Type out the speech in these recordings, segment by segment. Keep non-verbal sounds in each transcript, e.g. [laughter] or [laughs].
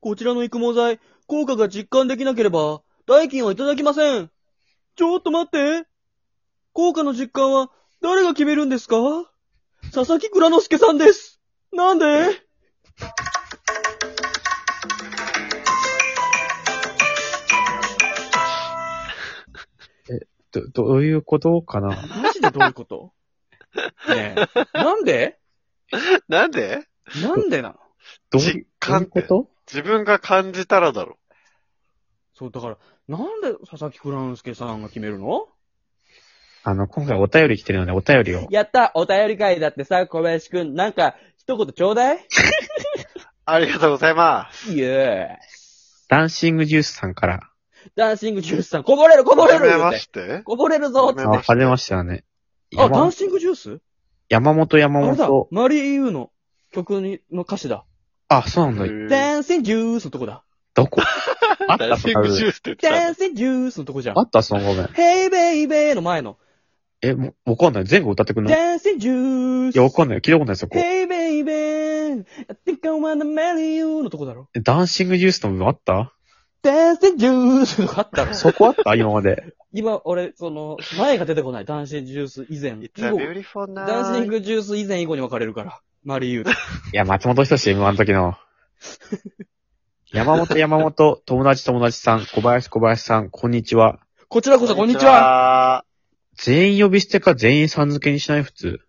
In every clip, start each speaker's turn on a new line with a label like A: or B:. A: こちらの育毛剤、効果が実感できなければ、代金はいただきません。ちょっと待って。効果の実感は誰が決めるんですか佐々木蔵之介さんです。なんで
B: ど、どういうことかな
A: マジでどういうことねえ。なんで
C: なんで
A: なんでなの
B: どう
C: 実感っ
B: どうい
C: て
B: うこと
C: 自分が感じたらだろ。
A: そう、だから、なんで佐々木蔵之介さんが決めるの
B: あの、今回お便り来てるので、お便りを。
A: やったお便り会だってさ、小林くん、なんか、一言ちょうだい
C: ありがとうございます。
A: イエ
B: ダンシングジュースさんから。
A: ーイダンシングジュースさん、こぼれるこぼれ
C: はじ
A: る
C: め
A: 言う
C: ま
A: て
C: して。
A: こぼれるぞ
C: はじめま
B: あ、
C: して
B: はじめましたね。
A: あ、ダ
B: 山
A: ンシングジュース
B: 山本山
A: あれだ
B: 本。、
A: マリーユーの曲にの歌詞だ。
B: あ、そうなんだ。
C: ダン
A: ダンシングジュースのとこだ。
B: どこあった
C: シングジュースって言ってた
A: ダ
C: の
A: ンシングジュースのとこじゃん
B: あ。ったそのごめん。
A: ヘイベイベーの前の。
B: え、もう、わかんない。全部歌ってくんのい
A: ダンシングジュース。
B: や、わかんない。聞いたことないですよ、こう。
A: Hey baby, I think I wanna marry you のとこだろ。
B: えダンシングジュースの部分あった
A: ダンシングジュースのとこあったろ。
B: そこあった今まで。
A: 今、俺、その、前が出てこない。ダンシングジュース以前。
C: It's
A: 以
C: a
A: 後
C: beautiful
A: ダンシン
C: night.
A: グジュース以前以後に分かれるから。マリーユーと。
B: [laughs] いや、松本人志、M1 の時の。山本山本、友達友達さん、小林小林さん、こんにちは。
A: こちらこそ、こんにちは。
C: は。
B: 全員呼び捨てか全員さん付けにしない普通。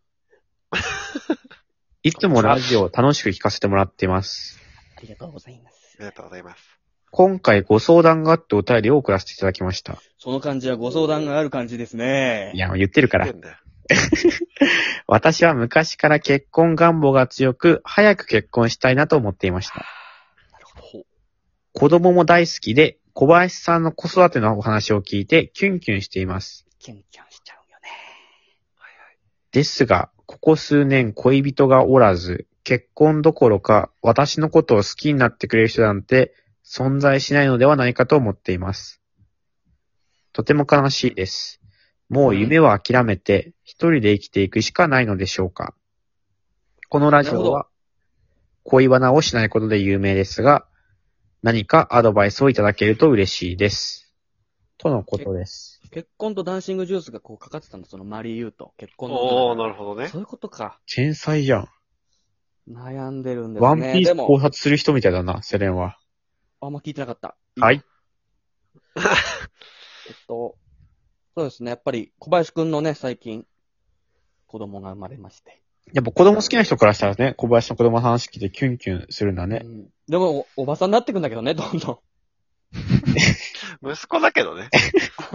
B: いつもラジオ楽しく聞かせてもらっています。
A: ありがとうございます
C: あり。がとうございます。
B: 今回ご相談があってお便りを送らせていただきました。
A: その感じはご相談がある感じです
B: い
A: ね。
B: や、言ってるから
C: 言っ。てんだよ
B: 私は昔から結婚願望が強く、早く結婚したいなと思っていました。
A: なるほど。
B: 子供も大好きで、小林さんの子育てのお話を聞いて、キュンキュンしています。
A: キュンキュンしちゃうよね。
B: ですが、ここ数年恋人がおらず、結婚どころか私のことを好きになってくれる人なんて存在しないのではないかと思っています。とても悲しいです。もう夢は諦めて一人で生きていくしかないのでしょうか。このラジ
A: な
B: オ
A: るほ
B: は恋バナをしないことで有名ですが、何かアドバイスをいただけると嬉しいです。とのことです。
A: 結婚とダンシングジュースがこうかかってたんだ、そのマリーユーと。結婚のこと
C: おー、
A: だ
C: なるほど
A: から
C: ね
A: そ。ういうことか。
B: 天才じゃん。
A: 悩んでるんですね。
B: ワンピー
A: で
B: ス
A: も
B: 考察する人みたいだな、セレンは。
A: あんま聞いてなかった。
B: はい。
A: えっと、そうですね。やっぱり小林くんのね、最近、子供が生まれまして。
B: やっぱ子供好きな人からしたらね、小林の子供の話聞いてキュンキュンするんだ
A: う
B: ね。
A: んでもお、おばさんになってくんだけどね、どんどん。
C: 息子だけど
A: [laughs]
C: ね。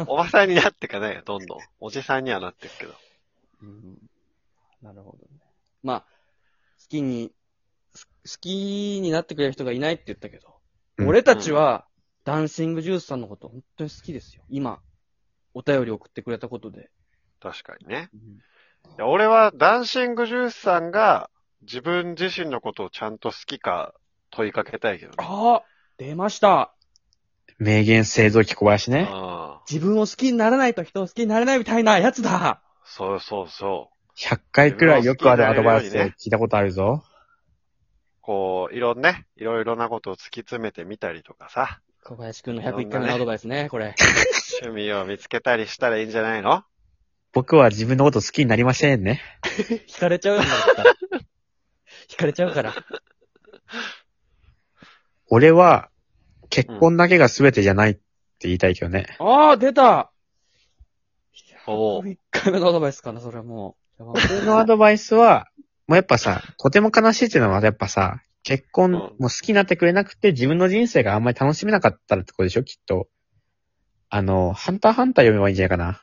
C: おばさんになってかないよ、どんどん。おじさんにはなってくけど。
A: うん、なるほどね。まあ、好きに、す好きになってくれる人がいないって言ったけど、
B: うん
A: 俺たちは、ダンシングジュースさんのこと、本当に好きですよ。今、お便り送ってくれたことで。
C: 確かにね。いや俺はダンシングジュースさんが自分自身のことをちゃんと好きか問いかけたいけどね。
A: ああ出ました
B: 名言製造機小林ね。
C: ああ、
A: 自分を好きにならないと人を好きになれないみたいなやつだ
C: そうそうそう。
B: 100回くらいよくあるアドバイスを聞いたことあるぞ。
C: こう、いろんね、いろいろなことを突き詰めてみたりとかさ、
A: 小林くんの101回目のアドバイスね、こ [laughs] れ。
C: 趣味を見つけたりしたらいいんじゃないの
B: 僕は自分のこと好きになりませんね。
A: 惹かれちゃうよ、そんなこと言ったら [laughs] 惹かれちゃうから。
B: 俺は、結婚だけが全てじゃないって言いたいけどね。
A: ああ、出た
C: おう
A: 1回目のアドバイスかな、それはもう。山
B: 俺のア
A: 本
B: ドバイスは、もうやっぱさ、とても悲しいっていうのはやっぱさ、結婚、
C: うん
B: もう好きになってくれなくて自分の人生があんまり楽しめなかったってことでしょ、きっと。あの、ハンターハンター読めばいいんじゃないかな。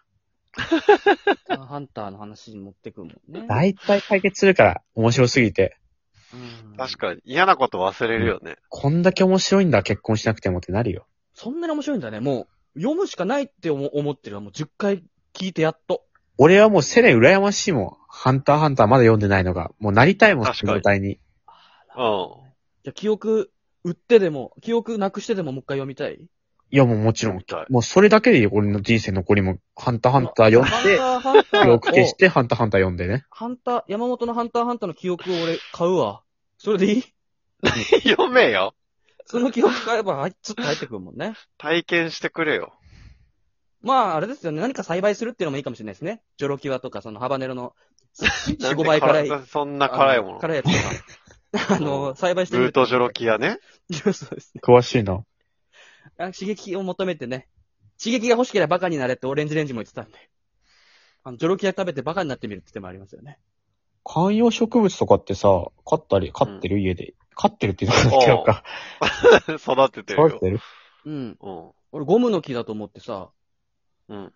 A: さんハンターの話に持ってくもんね。
B: 大体解決するから、面白すぎて。
A: うん
C: 確かに嫌なこと忘れるよね。
B: こんだけ面白いんだ、結婚しなくてもってなるよ。
A: そんなに面白いんだね。もう、読むしかないって思思ってるわ。もう10回聞いてやっと。
B: 俺はもうセレン羨ましいもん。ハンターハンターまだ読んでないのが。もうなりたいもん、
C: 確
B: そ
C: か
B: の
C: に
B: 状態に。
C: うん。
A: じゃあ、記憶、売ってでも、記憶なくしてでももう一回読みたい
B: いや、もうもちろん
C: み。たい。
B: もうそれだけでいいよ俺の人生残りも、ハンターハンター読んで、
A: ハンター、ハンタ
B: 記
A: ーを
B: 憶消して、ハンターハンター読んでね。
A: ハンター、山本のハンターハンターの記憶を俺買うわ。それでいい
C: 読めよ。
A: その気を使えば、あいつって入ってくるもんね。
C: 体験してくれよ。
A: まあ、あれですよね。何か栽培するっていうのもいいかもしれないですね。ジョロキワとか、そのハバネロ
C: [laughs]
A: の、
C: な
A: 4、
C: んで
A: 5倍辛い。
C: 辛そんな辛いも
A: あの
C: の。
A: 辛いやつと
C: [laughs]
A: か。あの、栽培してみ
C: ルー
A: ると
C: トジョロキアね。
A: [laughs]
C: [laughs]
A: そうですね。
B: 詳しいな。
A: あ刺激を求めてね。刺激が欲しければバカになれってオレンジレンジも言ってたんで。あの、ジョロキア食べてバカになってみるって手もありますよね。
B: 観葉植物とかってさ、飼ったり、飼ってる家で。飼ってるって言うの違うか。
C: 育ててる
B: 飼っ
C: よ。
B: てる
A: うん。
C: うん。
A: 俺、ゴムの木だと思ってさ、
C: うん。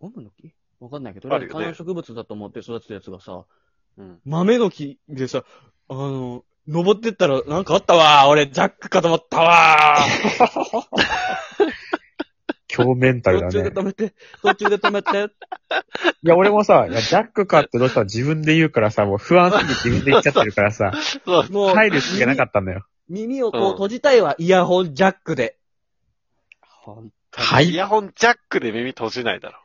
A: ゴムの木わかんないけど、
C: あるよね
A: 観葉植物だと思って育てたやつがさ、
C: うん。
A: 豆の木でさ、あの、登ってったらなんかあったわー俺、ジャックかと思ったわー
B: 強メンタルだ
A: 途中で
B: ね。
A: 止めて、途中で止めて、
B: いや、俺もさ、いやジャックかってどうしたら自分で言うからさ、もう不安すぎて自分で言っちゃってるからさ、
C: そう。
A: もう、
B: 入る隙がなかったんだよ。
A: 耳をこ
C: う
A: うん閉じたいわ、イヤホンジャックで。ほん
B: は
C: イ
B: い。
C: ヤホンジャックで耳閉じないだろ。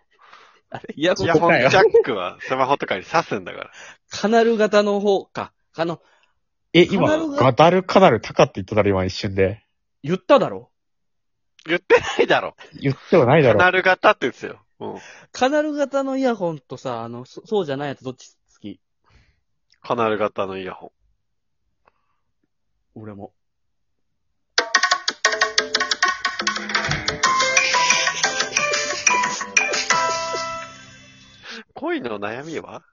A: あれ、イヤホ
C: イ
A: ン
C: ヤ、ホンジャックはスマホとかに挿すんだから。
A: カナル型の方か。あの、
B: え、
A: カナ
B: 今、
A: ルが
B: ガダルカナルタカって言っただろ、今一瞬で。
A: 言っただろ
C: 言ってないだろ。
B: 言ってはないだ
C: カ
B: ろ。
C: ナル型って言ってたよ。うん。
A: カナル型のイヤホンとさ、あの、そそうじゃないやつどっち好き
C: カナル型のイヤホン。
A: 俺も。
C: 恋の悩みは